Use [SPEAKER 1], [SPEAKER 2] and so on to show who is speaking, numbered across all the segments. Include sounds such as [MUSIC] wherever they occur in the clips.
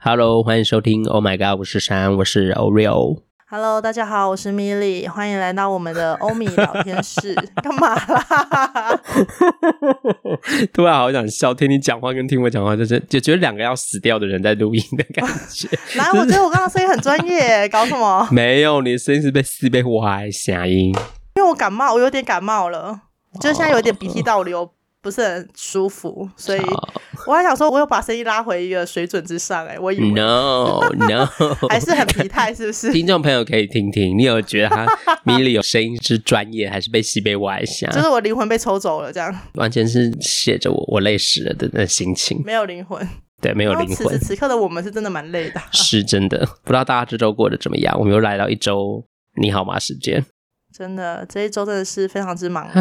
[SPEAKER 1] Hello，欢迎收听 Oh My God，我是山，我是 Oreo。 [LAUGHS]
[SPEAKER 2] Hello，大家好，我是米莉，欢迎来到我们的欧米聊天室。 [LAUGHS] 干嘛
[SPEAKER 1] [LAUGHS]
[SPEAKER 2] 啦？
[SPEAKER 1] 突然好想笑，听你讲话跟听我讲话，就是就觉得两个要死掉的人在录音的感
[SPEAKER 2] [LAUGHS]
[SPEAKER 1] 觉。
[SPEAKER 2] 来，我觉得我刚刚声音很专业，搞
[SPEAKER 1] [LAUGHS]
[SPEAKER 2] 什么？
[SPEAKER 1] 没有，你的声音是被是被歪瞎音。
[SPEAKER 2] 因为我感冒，我有点感冒了，就是现在有点鼻涕倒流，不是很舒服，所以
[SPEAKER 1] 好
[SPEAKER 2] 我还想说，我有把声音拉回一个水准之上、哎，我以为
[SPEAKER 1] No No，
[SPEAKER 2] 还是很疲态，是
[SPEAKER 1] [LAUGHS]
[SPEAKER 2] 不是？
[SPEAKER 1] 听众朋友可以听听，你有觉得他 [LAUGHS] 米莉有声音是专业，还是被西北歪瞎？
[SPEAKER 2] 就是我灵魂被抽走了，这样
[SPEAKER 1] 完全是写着我我累死了的那心情，
[SPEAKER 2] 没有灵魂。
[SPEAKER 1] 对，没有
[SPEAKER 2] 然后
[SPEAKER 1] 灵
[SPEAKER 2] 此时
[SPEAKER 1] 魂，
[SPEAKER 2] 此刻的我们是真的蛮累的，
[SPEAKER 1] [LAUGHS] 是真的。不知道大家这周过得怎么样？我们又来到一周你好吗时间，
[SPEAKER 2] 真的这一周真的是非常之忙。
[SPEAKER 1] [LAUGHS]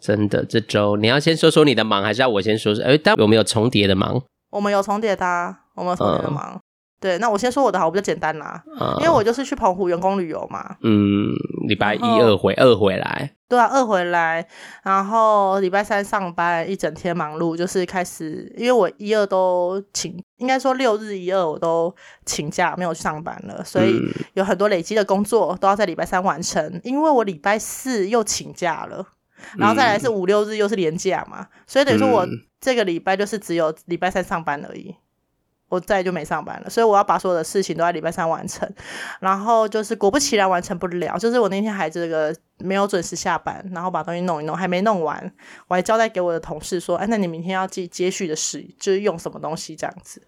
[SPEAKER 1] 真的这周你要先说说你的忙，还是要我先说说？哎，但有没有重叠的忙？
[SPEAKER 2] 我们有重叠的、啊，我们有重叠的
[SPEAKER 1] 嗯
[SPEAKER 2] 忙。对，那我先说我的好，我比较简单啦，
[SPEAKER 1] 啊、
[SPEAKER 2] 因为我就是去澎湖员工旅游嘛，
[SPEAKER 1] 嗯，礼拜一
[SPEAKER 2] 然后
[SPEAKER 1] 二回二回来，
[SPEAKER 2] 对啊，二回来，然后礼拜三上班一整天忙碌，就是开始，因为我一二都请，应该说六日一二我都请假没有去上班了，所以
[SPEAKER 1] 嗯
[SPEAKER 2] 有很多累积的工作都要在礼拜三完成，因为我礼拜四又请假了，然后再来是五六日又是连假嘛，所以等于说我
[SPEAKER 1] 嗯
[SPEAKER 2] 这个礼拜就是只有礼拜三上班而已，我再就没上班了，所以我要把所有的事情都在礼拜三完成，然后就是果不其然完成不了，就是我那天还这个没有准时下班，然后把东西弄一弄，还没弄完，我还交代给我的同事说，哎，那你明天要记接续的事，就是用什么东西这样子，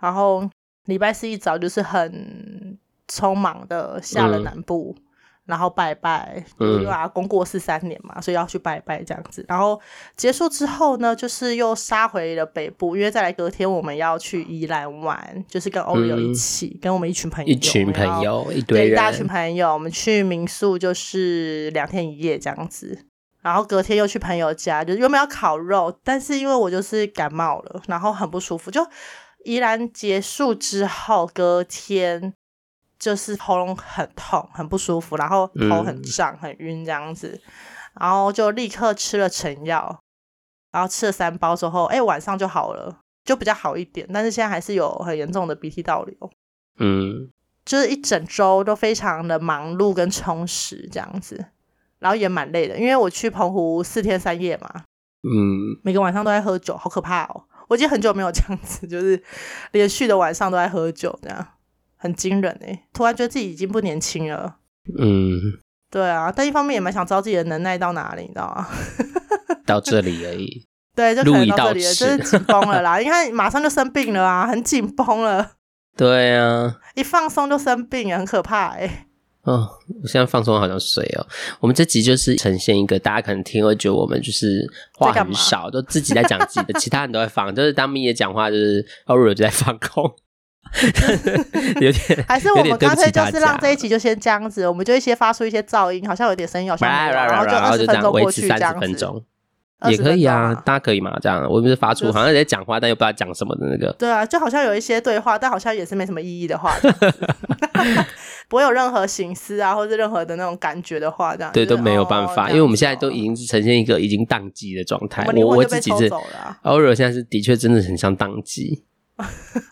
[SPEAKER 2] 然后礼拜四一早就是很匆忙的下了
[SPEAKER 1] 嗯
[SPEAKER 2] 南部。然后拜拜，
[SPEAKER 1] 嗯
[SPEAKER 2] 因为阿公过世三年嘛，所以要去拜拜这样子。然后结束之后呢，就是又杀回了北部，因为再来隔天我们要去宜兰玩，就是跟 Oreo
[SPEAKER 1] 嗯
[SPEAKER 2] 一起，跟我们一群朋友，
[SPEAKER 1] 一群朋
[SPEAKER 2] 我们要，
[SPEAKER 1] 友，一堆
[SPEAKER 2] 对，一
[SPEAKER 1] 人，
[SPEAKER 2] 大群朋友，我们去民宿就是两天一夜这样子。然后隔天又去朋友家，就是原本要烤肉，但是因为我就是感冒了，然后很不舒服，就宜兰结束之后，隔天就是喉咙很痛，很不舒服，然后头很胀、很晕这样子，然后就立刻吃了成药，然后吃了三包之后，哎，晚上就好了，就比较好一点，但是现在还是有很严重的鼻涕倒流，
[SPEAKER 1] 嗯，
[SPEAKER 2] 就是一整周都非常的忙碌跟充实这样子，然后也蛮累的，因为我去澎湖四天三夜嘛，
[SPEAKER 1] 嗯
[SPEAKER 2] 每个晚上都在喝酒，好可怕哦！我已经很久没有这样子，就是连续的晚上都在喝酒，这样很惊人哎、突然觉得自己已经不年轻了，
[SPEAKER 1] 嗯，
[SPEAKER 2] 对啊，但一方面也蛮想知道自己的能耐到哪里，你知道吗？ [LAUGHS]
[SPEAKER 1] 到这里而已。
[SPEAKER 2] 对，就可能
[SPEAKER 1] 路易
[SPEAKER 2] 到
[SPEAKER 1] 到
[SPEAKER 2] 这里了，
[SPEAKER 1] 此
[SPEAKER 2] 就是紧绷了啦。你看，马上就生病了啊，很紧绷了，
[SPEAKER 1] 对啊，
[SPEAKER 2] 一放松就生病，很可怕哎、
[SPEAKER 1] 哦，我现在放松好像水哦。我们这集就是呈现一个大家可能听会觉得我们就是话
[SPEAKER 2] 在干
[SPEAKER 1] 很
[SPEAKER 2] 嘛
[SPEAKER 1] 少，都自己在讲自己的，其他人都在放，就是当咪也讲话，就是哦偶尔就在放
[SPEAKER 2] [LAUGHS]
[SPEAKER 1] 空，有点
[SPEAKER 2] 还是我
[SPEAKER 1] 有点对
[SPEAKER 2] 们干
[SPEAKER 1] 不
[SPEAKER 2] 脆
[SPEAKER 1] 起
[SPEAKER 2] 就
[SPEAKER 1] 大
[SPEAKER 2] 是让
[SPEAKER 1] 家
[SPEAKER 2] 这。一集就先这样子，我们就一些发出一些噪音，好像有点声音，好像没有，然后就
[SPEAKER 1] 然
[SPEAKER 2] 二
[SPEAKER 1] 后
[SPEAKER 2] 十
[SPEAKER 1] 就这
[SPEAKER 2] 分
[SPEAKER 1] 样
[SPEAKER 2] 钟
[SPEAKER 1] 维
[SPEAKER 2] 过
[SPEAKER 1] 持
[SPEAKER 2] 去
[SPEAKER 1] 三
[SPEAKER 2] 这
[SPEAKER 1] 十
[SPEAKER 2] 样
[SPEAKER 1] 分
[SPEAKER 2] 子，
[SPEAKER 1] 钟
[SPEAKER 2] 20
[SPEAKER 1] 也可以啊，
[SPEAKER 2] 分钟嘛
[SPEAKER 1] 大家可以嘛？这样我们是发出
[SPEAKER 2] 就是
[SPEAKER 1] 好像在讲话，但又不知道讲什么的那个。
[SPEAKER 2] 对啊，就好像有一些对话，但好像也是没什么意义的话，这样子 [LAUGHS] 不会有任何形思啊，或者任何的那种感觉的话，这样
[SPEAKER 1] 对，
[SPEAKER 2] 就是
[SPEAKER 1] 都没有办
[SPEAKER 2] 哦这
[SPEAKER 1] 法，
[SPEAKER 2] 样
[SPEAKER 1] 因为我们
[SPEAKER 2] 子
[SPEAKER 1] 现在都
[SPEAKER 2] 哦
[SPEAKER 1] 已经是呈现一个已经宕机的状态
[SPEAKER 2] 我。们灵
[SPEAKER 1] 我
[SPEAKER 2] 魂
[SPEAKER 1] 我
[SPEAKER 2] 就
[SPEAKER 1] 自
[SPEAKER 2] 被
[SPEAKER 1] 己
[SPEAKER 2] 抽
[SPEAKER 1] 是
[SPEAKER 2] 走了啊
[SPEAKER 1] o r 现在是的确真的很像宕机。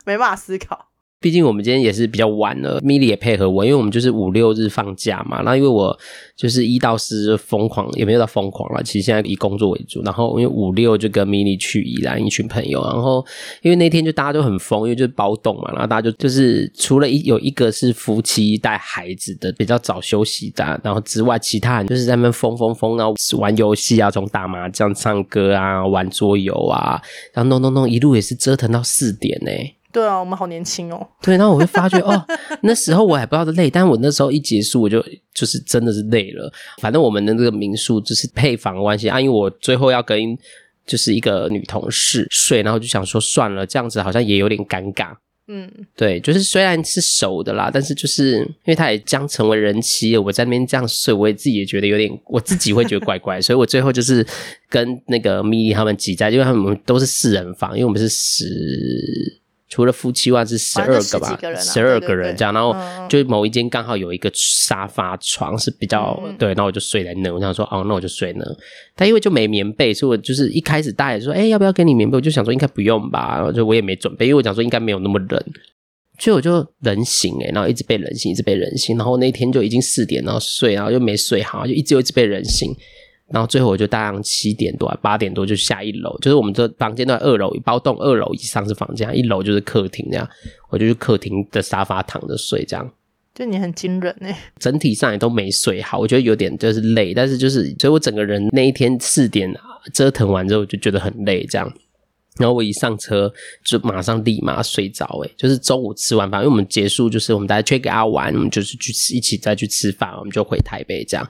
[SPEAKER 2] 没办法思考。
[SPEAKER 1] 毕竟我们今天也是比较晚了，米莉也配合我，因为我们就是五六日放假嘛。那因为我就是一到四就疯狂，也没有到疯狂了，其实现在以工作为主。然后因为五六就跟米莉去宜兰一群朋友，然后因为那天就大家都很疯，因为就是包栋嘛，然后大家就就是除了一有一个是夫妻带孩子的比较早休息的啊、然后之外，其他人就是在那边疯疯疯，然后玩游戏啊，从打麻将、唱歌啊、玩桌游啊，然后弄弄弄一路也是折腾到四点呢、
[SPEAKER 2] 对啊，我们好年轻哦，
[SPEAKER 1] 对，然后我会发觉哦，那时候我还不知道累，但我那时候一结束，我就就是真的是累了。反正我们的那个民宿就是配房关系啊，因为我最后要跟就是一个女同事睡，然后就想说算了，这样子好像也有点尴尬。
[SPEAKER 2] 嗯，
[SPEAKER 1] 对，就是虽然是熟的啦，但是就是因为她也将成为人妻了，我在那边这样睡，我也自己也觉得有点，我自己会觉得怪怪，所以我最后就是跟那个咪莉他们挤在，因为他们都是四人房，因为我们是十。除了夫妻外是十
[SPEAKER 2] 反
[SPEAKER 1] 二
[SPEAKER 2] 正就
[SPEAKER 1] 个吧
[SPEAKER 2] 10几个，人啊
[SPEAKER 1] 十二
[SPEAKER 2] 对对
[SPEAKER 1] 个人
[SPEAKER 2] 对
[SPEAKER 1] 这样，然后
[SPEAKER 2] 嗯
[SPEAKER 1] 就某一间刚好有一个沙发床是比较
[SPEAKER 2] 嗯嗯
[SPEAKER 1] 对，然后我就睡在那，我想说哦，那我就睡那，但因为就没棉被，所以我就是一开始大家也说，哎、要不要给你棉被？我就想说应该不用吧，然后就我也没准备，因为我想说应该没有那么冷，所以我就人醒哎、然后一直被人醒，一直被人醒，然后那一天就已经四点，然后睡，然后又没睡好，就一直又一直被人醒。然后最后我就大概七点多、啊八点多就下一楼，就是我们这房间都在二楼，包栋二楼以上是房间，一楼就是客厅这样。我就去客厅的沙发躺着睡，这样
[SPEAKER 2] 就你很惊人哎、
[SPEAKER 1] 整体上也都没睡好，我觉得有点就是累，但是就是，所以我整个人那一天四点啊折腾完之后，我就觉得很累这样。然后我一上车就马上立马睡着，诶，就是中午吃完饭，因为我们结束就是我们大家 check out 完，我们就是去吃一起再去吃饭，我们就回台北这样。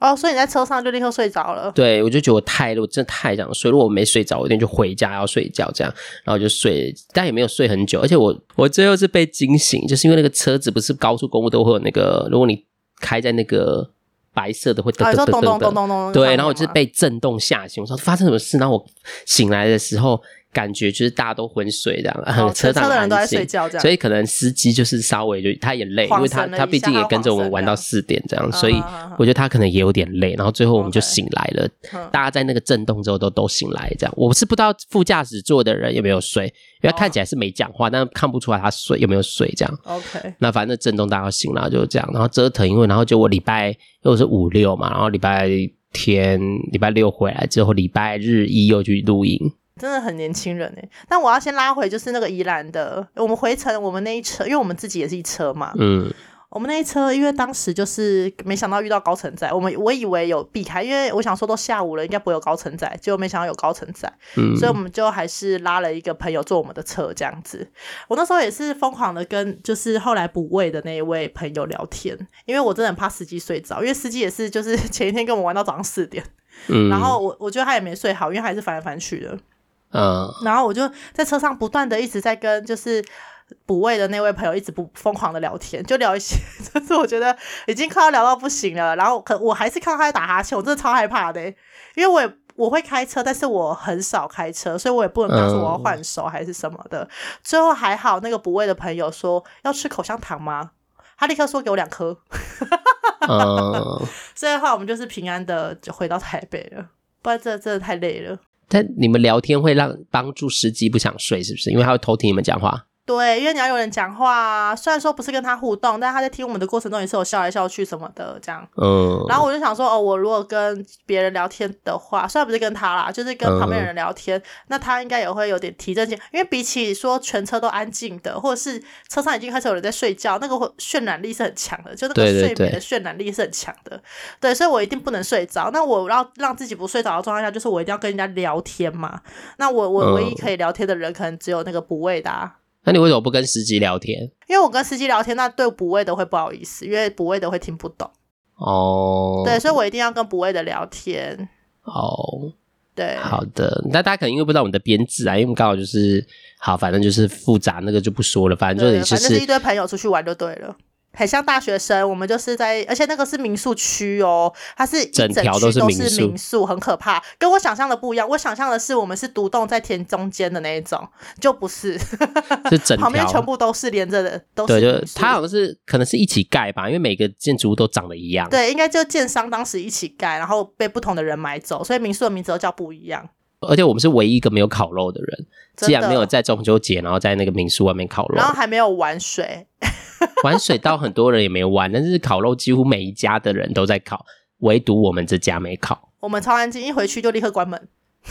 [SPEAKER 2] 哦，所以你在车上就立刻睡着了。
[SPEAKER 1] 对，我就觉得我太累，我真的太想睡。如果我没睡着，我一定就回家要睡觉这样，然后我就睡，但也没有睡很久。而且我我最后是被惊醒，就是因为那个车子不是高速公路都会有那个，如果你开在那个白色的会噔
[SPEAKER 2] 啊，你
[SPEAKER 1] 噔
[SPEAKER 2] 说
[SPEAKER 1] 噔
[SPEAKER 2] 咚咚
[SPEAKER 1] 噔
[SPEAKER 2] 咚
[SPEAKER 1] 噔，
[SPEAKER 2] 咚咚，
[SPEAKER 1] 对，然后我就是
[SPEAKER 2] 上面吗
[SPEAKER 1] 被震动吓醒，我说发生什么事？然后我醒来的时候，感觉就是大家都昏睡这样，
[SPEAKER 2] 哦
[SPEAKER 1] [LAUGHS] 车
[SPEAKER 2] 车
[SPEAKER 1] 上
[SPEAKER 2] 车的人都在
[SPEAKER 1] 安静
[SPEAKER 2] 睡觉这样
[SPEAKER 1] 所以可能司机就是稍微就他也累，因为
[SPEAKER 2] 晃
[SPEAKER 1] 他
[SPEAKER 2] 神了
[SPEAKER 1] 他
[SPEAKER 2] 一
[SPEAKER 1] 毕
[SPEAKER 2] 下
[SPEAKER 1] 竟也
[SPEAKER 2] 他
[SPEAKER 1] 跟着我们
[SPEAKER 2] 晃神
[SPEAKER 1] 玩到
[SPEAKER 2] 了
[SPEAKER 1] 四点这样，
[SPEAKER 2] 嗯
[SPEAKER 1] 所以
[SPEAKER 2] 嗯嗯嗯
[SPEAKER 1] 我觉得他可能也有点累，然后最后我们就
[SPEAKER 2] OK
[SPEAKER 1] 醒来了。
[SPEAKER 2] 嗯
[SPEAKER 1] 大家在那个震动之后都都醒来，这样我是不知道副驾驶座的人有没有睡，因为他看起来是没讲话，但看不出来他睡有没有睡这
[SPEAKER 2] 哦
[SPEAKER 1] 样。
[SPEAKER 2] OK，
[SPEAKER 1] 那反正震动大家醒了就这样，然后折腾，因为然后就我礼拜因为我是五六嘛，然后礼拜天、礼拜六回来之后，礼拜日一又去露营，
[SPEAKER 2] 真的很年轻人哎。但我要先拉回，就是那个宜兰的，我们回程我们那一车，因为我们自己也是一车嘛，
[SPEAKER 1] 嗯，
[SPEAKER 2] 我们那一车，因为当时就是没想到遇到高承载，我们我以为有避开，因为我想说都下午了，应该不会有高承载，结果没想到有高承载，
[SPEAKER 1] 嗯
[SPEAKER 2] 所以我们就还是拉了一个朋友坐我们的车这样子。我那时候也是疯狂的跟就是后来补位的那一位朋友聊天，因为我真的很怕司机睡着，因为司机也是就是前一天跟我们玩到早上四点，
[SPEAKER 1] 嗯，
[SPEAKER 2] 然后我我觉得他也没睡好，因为还是翻来翻去的，
[SPEAKER 1] 嗯
[SPEAKER 2] 然后我就在车上不断的一直在跟就是补位的那位朋友一直不疯狂的聊天，就聊一些， [LAUGHS] 就是我觉得已经快要聊到不行了。然后可我还是看到他在打哈欠，我真的超害怕的欸、因为我也我会开车，但是我很少开车，所以我也不能告诉我要换手还是什么的。最后还好，那个补位的朋友说要吃口香糖吗？他立刻说给我两颗， [LAUGHS]
[SPEAKER 1] 嗯，
[SPEAKER 2] 所以的话我们就是平安的就回到台北了，不然真的真的太累了。
[SPEAKER 1] 但你们聊天会让帮助司机不想睡，是不是？因为他会偷听你们讲话。
[SPEAKER 2] 对，因为你要有人讲话啊，虽然说不是跟他互动，但他在听我们的过程中也是有笑来笑去什么的这样。
[SPEAKER 1] 嗯，
[SPEAKER 2] 然后我就想说，哦，我如果跟别人聊天的话，虽然不是跟他啦，就是跟旁
[SPEAKER 1] 嗯
[SPEAKER 2] 边的人聊天，那他应该也会有点提振性，因为比起说全车都安静的，或者是车上已经开始有人在睡觉，那个会渲染力是很强的，就那个
[SPEAKER 1] 对对
[SPEAKER 2] 睡眠
[SPEAKER 1] 对
[SPEAKER 2] 的渲染力是很强的。对，所以我一定不能睡着。那我要让自己不睡着的状态下，就是我一定要跟人家聊天嘛。那我我唯一
[SPEAKER 1] 嗯
[SPEAKER 2] 可以聊天的人，可能只有那个补位的、啊。
[SPEAKER 1] 那你为什么不跟司机聊天？
[SPEAKER 2] 因为我跟司机聊天，那对补位的会不好意思，因为补位的会听不懂。
[SPEAKER 1] 哦，
[SPEAKER 2] 对，所以我一定要跟补位的聊天。
[SPEAKER 1] 哦，
[SPEAKER 2] 对，
[SPEAKER 1] 好的，那大家可能因为不知道我们的编制啊，因为我们刚好就是好，反正就是复杂那个就不说了，反正就
[SPEAKER 2] 对，
[SPEAKER 1] 也就
[SPEAKER 2] 反正是一
[SPEAKER 1] 是
[SPEAKER 2] 堆朋友出去玩就对了。很像大学生，我们就是在，而且那个是民宿区哦，它是一
[SPEAKER 1] 整
[SPEAKER 2] 整
[SPEAKER 1] 条
[SPEAKER 2] 区
[SPEAKER 1] 都
[SPEAKER 2] 都
[SPEAKER 1] 是民宿
[SPEAKER 2] 民宿，很可怕，跟我想象的不一样。我想象的是我们是独栋在田中间的那一种，就不是，
[SPEAKER 1] 是整
[SPEAKER 2] 旁边全
[SPEAKER 1] 条，
[SPEAKER 2] 部都是连着的，都
[SPEAKER 1] 对，
[SPEAKER 2] 是
[SPEAKER 1] 就
[SPEAKER 2] 民宿
[SPEAKER 1] 它好像是可能是一起盖吧，因为每个建筑物都长得一样。
[SPEAKER 2] 对，应该就建商当时一起盖，然后被不同的人买走，所以民宿的名字都叫不一样。
[SPEAKER 1] 而且我们是唯一一个没有烤肉的人，
[SPEAKER 2] 真的
[SPEAKER 1] 既然没有在中秋节，然后在那个民宿外面烤肉
[SPEAKER 2] 然，后还没有玩水，
[SPEAKER 1] 玩水道很多人也没玩，但是烤肉几乎每一家的人都在烤，唯独我们这家没烤。
[SPEAKER 2] 我们超安静，一回去就立刻关门。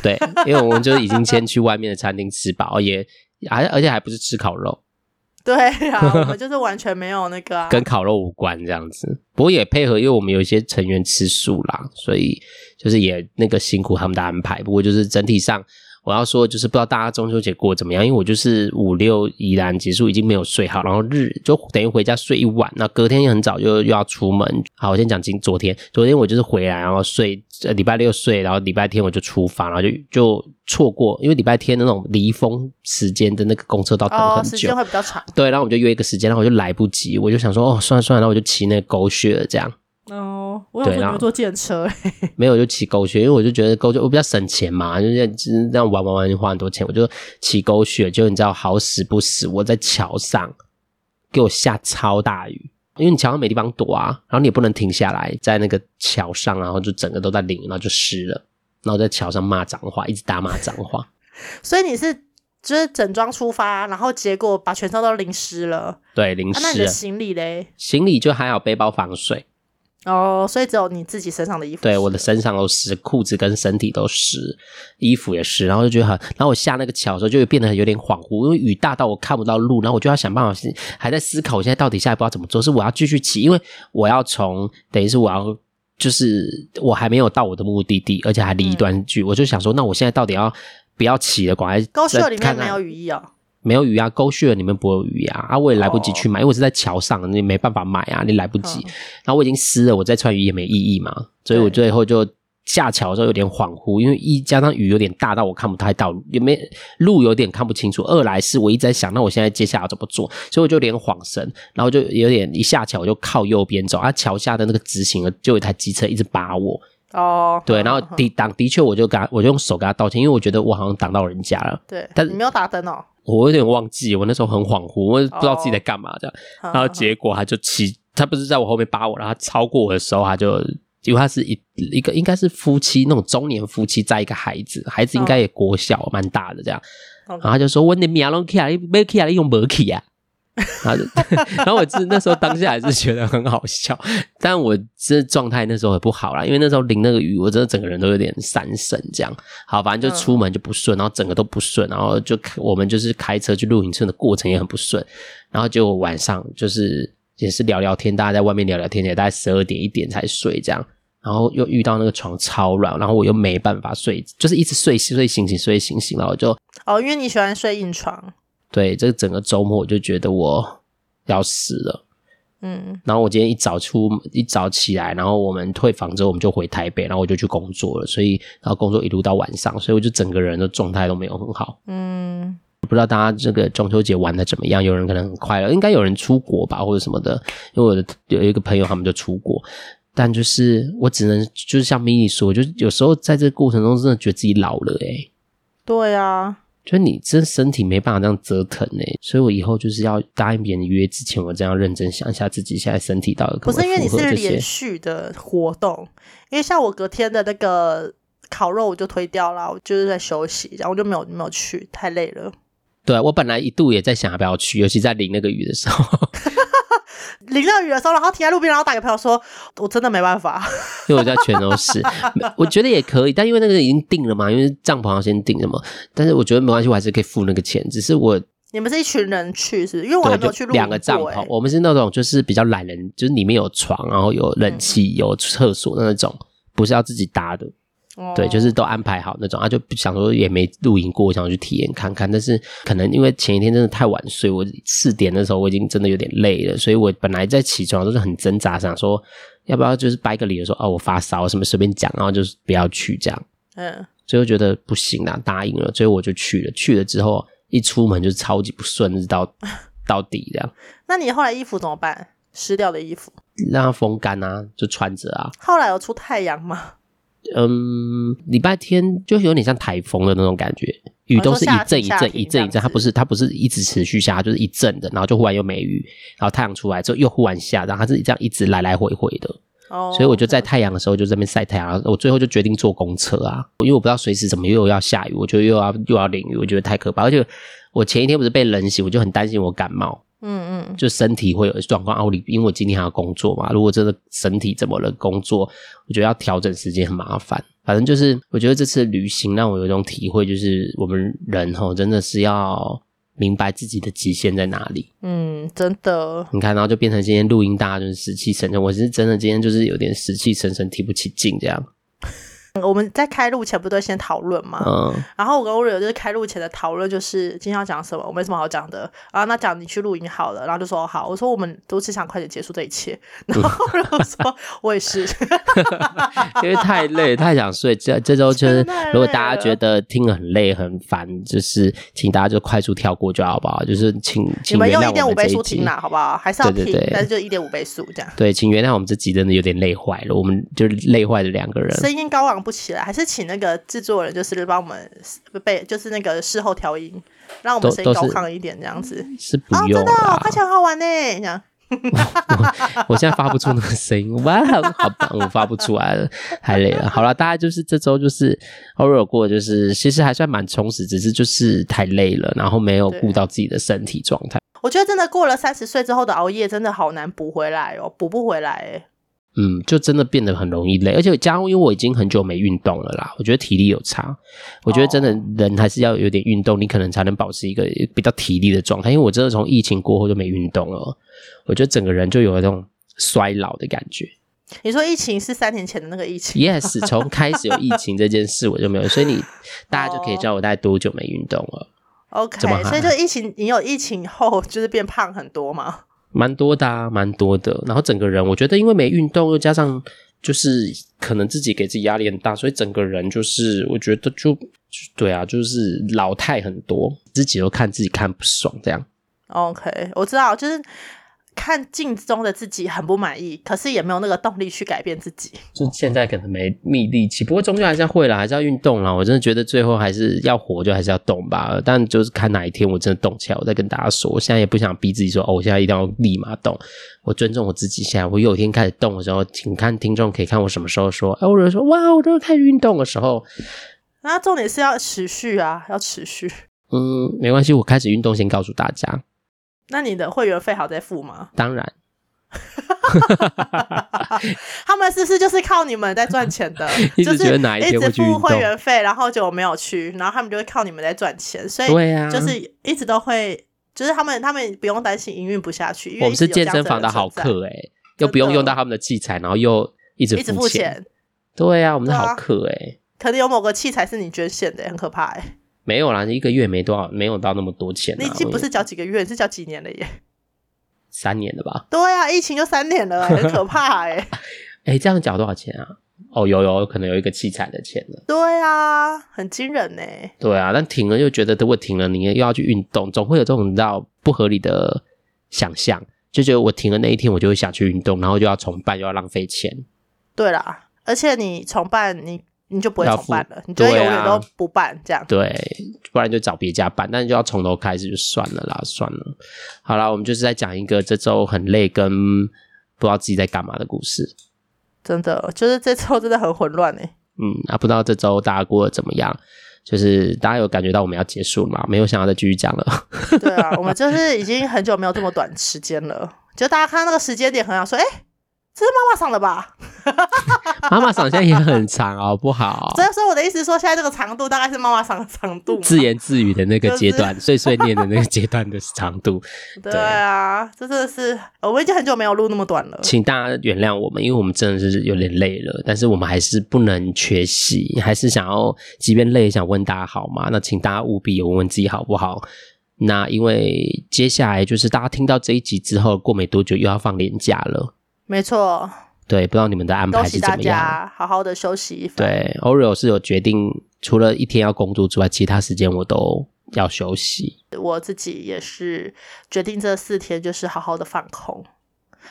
[SPEAKER 1] 对，因为我们就已经先去外面的餐厅吃饱，哦也还而且还不是吃烤肉，
[SPEAKER 2] 对啊，我们就是完全没有那个、啊。
[SPEAKER 1] 跟烤肉无关这样子。不过也配合，因为我们有一些成员吃素啦，所以就是也那个辛苦他们的安排。不过就是整体上，我要说就是不知道大家中秋节过得怎么样，因为我就是五六依然结束已经没有睡好，然后日就等于回家睡一晚，那隔天也很早就又要出门。好，我先讲今昨天，昨天我就是回来，然后睡呃礼拜六睡，然后礼拜天我就出发，然后就就错过，因为礼拜天那种离峰时间的那个公车到等
[SPEAKER 2] 哦，
[SPEAKER 1] 很
[SPEAKER 2] 时
[SPEAKER 1] 久，
[SPEAKER 2] 间会比较长。
[SPEAKER 1] 对，然后我们就约一个时间，然后我就来不及，我就想说，哦，算了算了，然后我就骑那个狗血了这样，
[SPEAKER 2] 哦，我
[SPEAKER 1] 有对时候然后
[SPEAKER 2] 坐电车、欸 [LAUGHS]
[SPEAKER 1] 没有我就骑狗血，因为我就觉得狗血我比较省钱嘛，就是这样玩玩玩花很多钱，我就骑狗血，就你知道好死不死，我在桥上给我下超大雨。因为你桥上没地方躲啊，然后你也不能停下来，在那个桥上，然后就整个都在淋，然后就湿了，然后在桥上骂脏话，一直大骂脏话。
[SPEAKER 2] 所以你是就是整装出发，然后结果把全车都淋湿了。
[SPEAKER 1] 对，淋
[SPEAKER 2] 啊，那你
[SPEAKER 1] 湿
[SPEAKER 2] 的
[SPEAKER 1] 了。
[SPEAKER 2] 行李嘞？
[SPEAKER 1] 行李就还好，背包防水。
[SPEAKER 2] 哦，所以只有你自己身上的衣服。
[SPEAKER 1] 对，我的。身上都湿，裤子跟身体都湿，衣服也湿，然后就觉得很，然后我下那个桥的时候就变得有点恍惚，因为雨大到我看不到路，然后我就要想办法，还在思考我现在到底下一步要怎么做，是我要继续骑，因为我要从，等于是我要。就是我还没有到我的目的地，而且还
[SPEAKER 2] 嗯
[SPEAKER 1] 离一段距，我就想说，那我现在到底要不要骑了？赶快
[SPEAKER 2] 高秀里
[SPEAKER 1] 看啊看
[SPEAKER 2] 面没有雨衣哦。
[SPEAKER 1] 没有鱼啊，沟穴里面不会有鱼啊，啊，我也来不及去买，因为我是在桥上，你没办法买啊，你来不及。
[SPEAKER 2] 嗯
[SPEAKER 1] 然后我已经湿了，我再穿雨衣也没意义嘛，所以我最后就下桥的时候有点恍惚，因为一加上雨有点大到我看不太到，也没路有点看不清楚。二来是我一直在想，那我现在接下来要怎么做，所以我就有点晃神，然后就有点一下桥我就靠右边走，啊，桥下的那个直行的就有一台机车一直扒我，
[SPEAKER 2] 哦，
[SPEAKER 1] 对，
[SPEAKER 2] 嗯
[SPEAKER 1] 然后
[SPEAKER 2] 嗯
[SPEAKER 1] 抵挡的确我就跟他我就用手跟他道歉，因为我觉得我好像挡到人家了。
[SPEAKER 2] 对，
[SPEAKER 1] 但
[SPEAKER 2] 你没有打灯哦。
[SPEAKER 1] 我有点忘记，我那时候很恍惚，我也不知道自己在干嘛这样。
[SPEAKER 2] 然
[SPEAKER 1] 然后结果他就骑，他不是在我后面扒我，然后他超过我的时候，他就因为他是一一个应该是夫妻那种中年夫妻载一个孩子，孩子应该也国小蛮大的这样，
[SPEAKER 2] 嗯
[SPEAKER 1] 然后他就说我的命拢起来，你没起来你用没起啊。然后就， [LAUGHS] 然后我是那时候当下还是觉得很好笑，但我这状态那时候很不好啦，因为那时候淋那个雨，我真的整个人都有点三神这样。好，反正就出门就不顺，然后整个都不顺，然后就开我们就是开车去露营村的过程也很不顺，然后结果晚上就是也是聊聊天，大家在外面聊聊天，也大概十二点一点才睡这样。然后又遇到那个床超软，然后我又没办法睡，就是一直睡睡醒醒睡醒醒，然后我就
[SPEAKER 2] 哦，因为你喜欢睡硬床。
[SPEAKER 1] 对这整个周末我就觉得我要死了。
[SPEAKER 2] 嗯，
[SPEAKER 1] 然后我今天一早出一早起来，然后我们退房之后我们就回台北，然后我就去工作了，所以然后工作一路到晚上，所以我就整个人的状态都没有很好。
[SPEAKER 2] 嗯，
[SPEAKER 1] 不知道大家这个中秋节玩的怎么样？有人可能很快乐，应该有人出国吧，或者什么的。因为我的有一个朋友他们就出国，但就是我只能就是像 mini 说，就是有时候在这个过程中真的觉得自己老了诶、欸
[SPEAKER 2] 对啊，
[SPEAKER 1] 就是你真身体没办法这样折腾诶、欸所以我以后就是要答应别人约之前，我这样认真想一下自己现在身体到底可不
[SPEAKER 2] 不
[SPEAKER 1] 可
[SPEAKER 2] 是因为
[SPEAKER 1] 以
[SPEAKER 2] 你
[SPEAKER 1] 符合
[SPEAKER 2] 是
[SPEAKER 1] 这些
[SPEAKER 2] 连续的活动，因为像我隔天的那个烤肉我就推掉了，我就是在休息，然后我就没有没有去，太累了。
[SPEAKER 1] 对，啊我本来一度也在想要不要去，尤其在淋那个雨的时候， [LAUGHS]
[SPEAKER 2] 淋到雨的时候，然后停在路边，然后打给朋友说，我真的没办法。
[SPEAKER 1] 因为我在全都
[SPEAKER 2] [LAUGHS]
[SPEAKER 1] 是，我觉得也可以，但因为那个已经定了嘛，因为帐篷要先定了嘛，但是我觉得没关系，我还是可以付那个钱，只是我
[SPEAKER 2] 你们是一群人去是不是？因为我还
[SPEAKER 1] 对
[SPEAKER 2] 没有
[SPEAKER 1] 就
[SPEAKER 2] 去露营
[SPEAKER 1] 两个帐
[SPEAKER 2] 过欸
[SPEAKER 1] 篷，我们是那种就是比较懒人，就是里面有床，然后有冷
[SPEAKER 2] 嗯
[SPEAKER 1] 气、有厕所那种，不是要自己搭的。
[SPEAKER 2] 哦
[SPEAKER 1] 对，就是都安排好那种，啊，就不想说也没露营过，想要去体验看看。但是可能因为前一天真的太晚睡，我四点的时候我已经真的有点累了，所以我本来在起床都是很挣扎，想说要不要就是掰个理由说哦我发烧什么随便讲，然后就是不要去这样。
[SPEAKER 2] 嗯，
[SPEAKER 1] 最后觉得不行啦，答应了，所以我就去了。去了之后一出门就是超级不顺，一直到 [LAUGHS] 到底这样，
[SPEAKER 2] 那你后来衣服怎么办？湿掉的衣服，
[SPEAKER 1] 让它风干啊，就穿着啊。
[SPEAKER 2] 后来有出太阳吗？
[SPEAKER 1] 嗯，礼拜天就有点像台风的那种感觉，雨都是
[SPEAKER 2] 哦你说夏
[SPEAKER 1] 一阵一
[SPEAKER 2] 夏
[SPEAKER 1] 阵
[SPEAKER 2] 天
[SPEAKER 1] 一阵一
[SPEAKER 2] 这
[SPEAKER 1] 阵，
[SPEAKER 2] 样
[SPEAKER 1] 它不
[SPEAKER 2] 子
[SPEAKER 1] 是它不是一直持续下，就是一阵的，然后就忽然又没雨，然后太阳出来之后又忽然下，然后它是这样一直来来回回的。
[SPEAKER 2] 哦，
[SPEAKER 1] 所以我就在太阳的时候就在那边晒太阳，然后我最后就决定坐公车啊，因为我不知道随时怎么又要下雨，我就又要又要淋雨，我觉得太可怕。而且我前一天不是被冷醒，我就很担心我感冒，
[SPEAKER 2] 嗯嗯，
[SPEAKER 1] 就身体会有状况啊。我里因为我今天还要工作嘛，如果真的身体怎么了，工作我觉得要调整时间很麻烦。反正就是，我觉得这次旅行让我有一种体会，就是我们人吼真的是要明白自己的极限在哪里。
[SPEAKER 2] 嗯，真的，
[SPEAKER 1] 你看，然后就变成今天录音，大家就是死气沉沉。我是真的今天就是有点死气沉沉，提不起劲这样。
[SPEAKER 2] 我们在开录前不都先讨论吗？
[SPEAKER 1] 嗯，
[SPEAKER 2] 然后我跟我友就是开录前的讨论，就是今天要讲什么，我没什么好讲的。然后那讲你去露营好了，然后就说哦好，我说我们都只想快点结束这一切。然后我说我
[SPEAKER 1] [LAUGHS]
[SPEAKER 2] 也是，
[SPEAKER 1] 因为太累，太想睡。这这周就是
[SPEAKER 2] 真的太累，了
[SPEAKER 1] 如果大家觉得听了很累很烦，就是请大家就快速跳过就好不好？就是请
[SPEAKER 2] 你
[SPEAKER 1] 请
[SPEAKER 2] 们
[SPEAKER 1] 原
[SPEAKER 2] 用一
[SPEAKER 1] 谅
[SPEAKER 2] 点
[SPEAKER 1] 我
[SPEAKER 2] 五
[SPEAKER 1] 们这
[SPEAKER 2] 倍
[SPEAKER 1] 一
[SPEAKER 2] 速
[SPEAKER 1] 集
[SPEAKER 2] 听。啦，好不好？还是要
[SPEAKER 1] 对
[SPEAKER 2] 听，
[SPEAKER 1] 对对
[SPEAKER 2] 但是就一点五倍速这样。
[SPEAKER 1] 对，请原谅我们这集真的有点累坏了，我们就是累坏了两个人。
[SPEAKER 2] 声音高昂不起来，还是请那个制作人，就是帮我们被，就是那个事后调音，让我们
[SPEAKER 1] 都
[SPEAKER 2] 声音
[SPEAKER 1] 都
[SPEAKER 2] 高
[SPEAKER 1] 是
[SPEAKER 2] 亢一点，这样子。
[SPEAKER 1] 是不
[SPEAKER 2] 哦，
[SPEAKER 1] 用啊
[SPEAKER 2] 真的、哦
[SPEAKER 1] 啦，，
[SPEAKER 2] 看起来很好玩呢，这样。
[SPEAKER 1] [LAUGHS] 我我现在发不出那个声音，哇，好棒，我发不出来了，太累了。好了，大家就是这周就是偶尔过，就是其实还算蛮充实，只是就是太累了，然后没有顾到自己的身体状态。
[SPEAKER 2] 我觉得真的过了三十岁之后的熬夜，真的好难补回来哦，补不回来哎。
[SPEAKER 1] 嗯，就真的变得很容易累，而且加上因为我已经很久没运动了啦，我觉得体力有差。我觉得真的人还是要有点运动，你可能才能保持一个比较体力的状态。因为我真的从疫情过后就没运动了，我觉得整个人就有那种衰老的感觉。
[SPEAKER 2] 你说疫情是三年前的那个疫情
[SPEAKER 1] Yes，从开始有疫情这件事我就没有，所以你大家就可以
[SPEAKER 2] 哦
[SPEAKER 1] 知道我大概多久没运动了，
[SPEAKER 2] ，OK，
[SPEAKER 1] 怎么还
[SPEAKER 2] 所以就疫情，你有疫情后就是变胖很多嘛？
[SPEAKER 1] 蛮多的、啊，蛮多的。然后整个人，我觉得因为没运动，又加上就是可能自己给自己压力很大，所以整个人就是我觉得就就对啊，就是老态很多，自己又看自己看不爽这样。
[SPEAKER 2] OK，我知道，就是看镜中的自己很不满意，可是也没有那个动力去改变自己。
[SPEAKER 1] 就现在可能没密力气，不过终究还是要会啦，还是要运动啦。我真的觉得最后还是要活，就还是要动吧。但就是看哪一天我真的动起来，我再跟大家说。我现在也不想逼自己说，哦，我现在一定要立马动。我尊重我自己，现在我有一天开始动的时候，请看听众可以看我什么时候说，哎，我有人说哇，我都开始运动的时候，
[SPEAKER 2] 那重点是要持续啊，要持续。
[SPEAKER 1] 嗯，没关系，我开始运动先告诉大家。
[SPEAKER 2] 那你的会员费好再付吗？
[SPEAKER 1] 当然，？
[SPEAKER 2] 他们是不是就是靠你们在赚钱的
[SPEAKER 1] [LAUGHS] 一
[SPEAKER 2] 就
[SPEAKER 1] 直
[SPEAKER 2] 是
[SPEAKER 1] 觉得哪一天会
[SPEAKER 2] 直
[SPEAKER 1] 去运
[SPEAKER 2] 付
[SPEAKER 1] 动
[SPEAKER 2] 会员费，然后就没有去，然后他们就会靠你们在赚钱，所以
[SPEAKER 1] 对啊
[SPEAKER 2] 哎就是一直都会，就是他们他们不用担心营运不下去，因为
[SPEAKER 1] 我们是
[SPEAKER 2] 一直有
[SPEAKER 1] 健
[SPEAKER 2] 这样
[SPEAKER 1] 身
[SPEAKER 2] 子
[SPEAKER 1] 房的
[SPEAKER 2] 人
[SPEAKER 1] 好
[SPEAKER 2] 存在，
[SPEAKER 1] 客哎、又不用用到他们的器材，然后又一直
[SPEAKER 2] 一直
[SPEAKER 1] 付
[SPEAKER 2] 付
[SPEAKER 1] 钱。
[SPEAKER 2] 钱，
[SPEAKER 1] 对啊，我们是
[SPEAKER 2] 对啊
[SPEAKER 1] 好客哎、
[SPEAKER 2] 可能有某个器材是你捐献的，很可怕哎、
[SPEAKER 1] 没有啦，一个月没多少，没有到那么多钱、啊。
[SPEAKER 2] 你已经不是
[SPEAKER 1] 我
[SPEAKER 2] 缴几个月，你是缴几年了耶？ [LAUGHS]
[SPEAKER 1] 三年了吧？
[SPEAKER 2] 对啊，疫情就三年了、欸，很 [LAUGHS] 可怕哎、
[SPEAKER 1] 哎，这样缴多少钱啊？哦，有有，可能有一个器材的钱了。
[SPEAKER 2] 对啊，很惊人呢、欸
[SPEAKER 1] 对啊，但停了又觉得，如果停了，你又要去运动，总会有这种你知道不合理的想象，就觉得我停了那一天，我就会想去运动，然后就要重办，又要浪费钱。
[SPEAKER 2] 对啦，而且你重办你。你就不会
[SPEAKER 1] 要
[SPEAKER 2] 重
[SPEAKER 1] 付
[SPEAKER 2] 办了，你就会永
[SPEAKER 1] 对啊
[SPEAKER 2] 远都不办这样。
[SPEAKER 1] 对，不然就找别家办，但就要从头开始，就算了啦，算了。好啦，我们就是在讲一个这周很累跟不知道自己在干嘛的故事。
[SPEAKER 2] 真的，就是这周真的很混乱哎。
[SPEAKER 1] 嗯，啊，不知道这周大家过得怎么样？就是大家有感觉到我们要结束了嘛？没有想要再继续讲了。
[SPEAKER 2] 对啊，我们就是已经很久没有这么短时间了。就大家看到那个时间点，很想说，哎、这是妈妈上的吧？
[SPEAKER 1] 哦妈妈嗓现在也很长，好不好？
[SPEAKER 2] 所以说我的意思是说，现在这个长度大概是妈妈上的长度嘛。
[SPEAKER 1] 自言自语的那个阶段，碎碎念的那个阶段的长度，
[SPEAKER 2] 对啊，这真的是我们已经很久没有录那么短了。
[SPEAKER 1] 请大家原谅我们，因为我们真的是有点累了，但是我们还是不能缺席，还是想要，即便累，想问大家好吗？那请大家务必有问问自己好不好？那因为接下来就是大家听到这一集之后，过没多久又要放年假了，
[SPEAKER 2] 没错，
[SPEAKER 1] 对，不知道你们的安
[SPEAKER 2] 恭
[SPEAKER 1] 排嗯
[SPEAKER 2] 喜
[SPEAKER 1] 是怎
[SPEAKER 2] 大
[SPEAKER 1] 么样？
[SPEAKER 2] 家，好好的休息一番。
[SPEAKER 1] 对，Oreo 是有决定，除了一天要工作之外，其他时间我都要休息。
[SPEAKER 2] 我自己也是决定这四天就是好好的放空，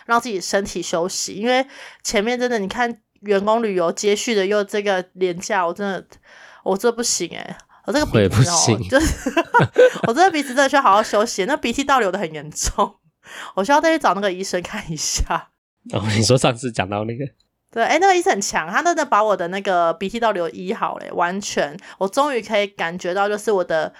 [SPEAKER 2] 让自己身体休息，因为前面真的你看员工旅游接续的又这个廉价，我真的我这不行哎、我这个
[SPEAKER 1] 我也
[SPEAKER 2] 鼻
[SPEAKER 1] 不
[SPEAKER 2] 子哦
[SPEAKER 1] 行，
[SPEAKER 2] 就是 [LAUGHS] 我这个鼻子真的需要好好休息，那鼻涕倒流的很严重，我需要再去找那个医生看一下。
[SPEAKER 1] 哦，你说上次讲到那个，
[SPEAKER 2] 对，哎，那个医生很强，他真的把我的那个鼻涕倒流医好嘞，完全，我终于可以感觉到，就是我的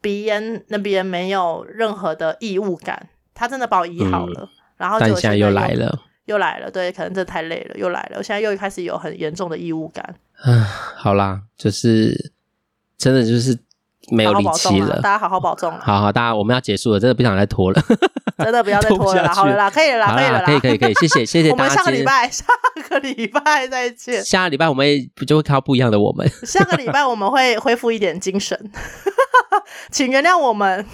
[SPEAKER 2] 鼻炎那边没有任何的异物感，他真的把我医好了。然后
[SPEAKER 1] 嗯但
[SPEAKER 2] 就
[SPEAKER 1] 你现在又来，了，
[SPEAKER 2] 又来了，对，可能真的太累了，又来了，我现在又开始有很严重的异物感，
[SPEAKER 1] 啊，好啦，就是真的就是没有
[SPEAKER 2] 好好
[SPEAKER 1] 力
[SPEAKER 2] 保
[SPEAKER 1] 气
[SPEAKER 2] 重啊，
[SPEAKER 1] 了。
[SPEAKER 2] 大家好好保重啊，
[SPEAKER 1] 好好，大家我们要结束了，真的不想再拖了。
[SPEAKER 2] 真的
[SPEAKER 1] [LAUGHS]
[SPEAKER 2] 不要再
[SPEAKER 1] 拖不
[SPEAKER 2] 拖了啦，
[SPEAKER 1] 下
[SPEAKER 2] 好
[SPEAKER 1] 去
[SPEAKER 2] 了啦，可以了啦，
[SPEAKER 1] 好
[SPEAKER 2] 可以了
[SPEAKER 1] 啦，
[SPEAKER 2] 啦，
[SPEAKER 1] 可以可以可以，谢谢谢谢
[SPEAKER 2] 我
[SPEAKER 1] 大
[SPEAKER 2] 们
[SPEAKER 1] 家。
[SPEAKER 2] 下个礼拜，下个礼拜再见，
[SPEAKER 1] 下个礼拜我们也不就会看到不一样的我
[SPEAKER 2] [LAUGHS]
[SPEAKER 1] 们。
[SPEAKER 2] 下个礼拜我们会恢复一点精神， [LAUGHS] 请原谅我们。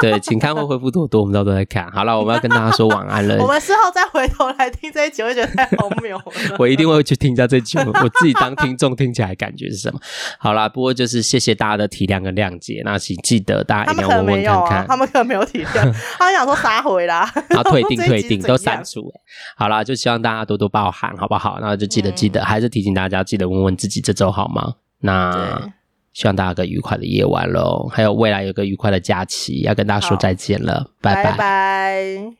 [SPEAKER 1] 对，请看会恢复多多，我们到时候再看。好了，我们要跟大家说晚
[SPEAKER 2] [LAUGHS]
[SPEAKER 1] 安了。。
[SPEAKER 2] 我们事后再回头来听这一集，会觉得太荒谬了
[SPEAKER 1] [LAUGHS] 我一定会去听一下这句，我我自己当听众听起来感觉是什么？好啦，不过就是谢谢大家的体谅跟谅解，那请记得大家
[SPEAKER 2] 他
[SPEAKER 1] 一
[SPEAKER 2] 们
[SPEAKER 1] 定
[SPEAKER 2] 可
[SPEAKER 1] 要
[SPEAKER 2] 能
[SPEAKER 1] 问
[SPEAKER 2] 没
[SPEAKER 1] 问
[SPEAKER 2] 有
[SPEAKER 1] 看
[SPEAKER 2] 啊
[SPEAKER 1] 看，，
[SPEAKER 2] 他们可能没有体谅，他们想说撒
[SPEAKER 1] [LAUGHS]
[SPEAKER 2] 回啦。
[SPEAKER 1] 然后退订
[SPEAKER 2] [LAUGHS] 这一
[SPEAKER 1] 退
[SPEAKER 2] 集
[SPEAKER 1] 订
[SPEAKER 2] 怎
[SPEAKER 1] 都
[SPEAKER 2] 样
[SPEAKER 1] 删除、好啦，就希望大家多多包涵，好不好？那就记得
[SPEAKER 2] 嗯
[SPEAKER 1] 记得，还是提醒大家记得问问自己这周好吗？那
[SPEAKER 2] 对
[SPEAKER 1] 希望大家有个愉快的夜晚喽，还有未来有个愉快的假期，要跟大家说
[SPEAKER 2] 好
[SPEAKER 1] 再见了，拜
[SPEAKER 2] 拜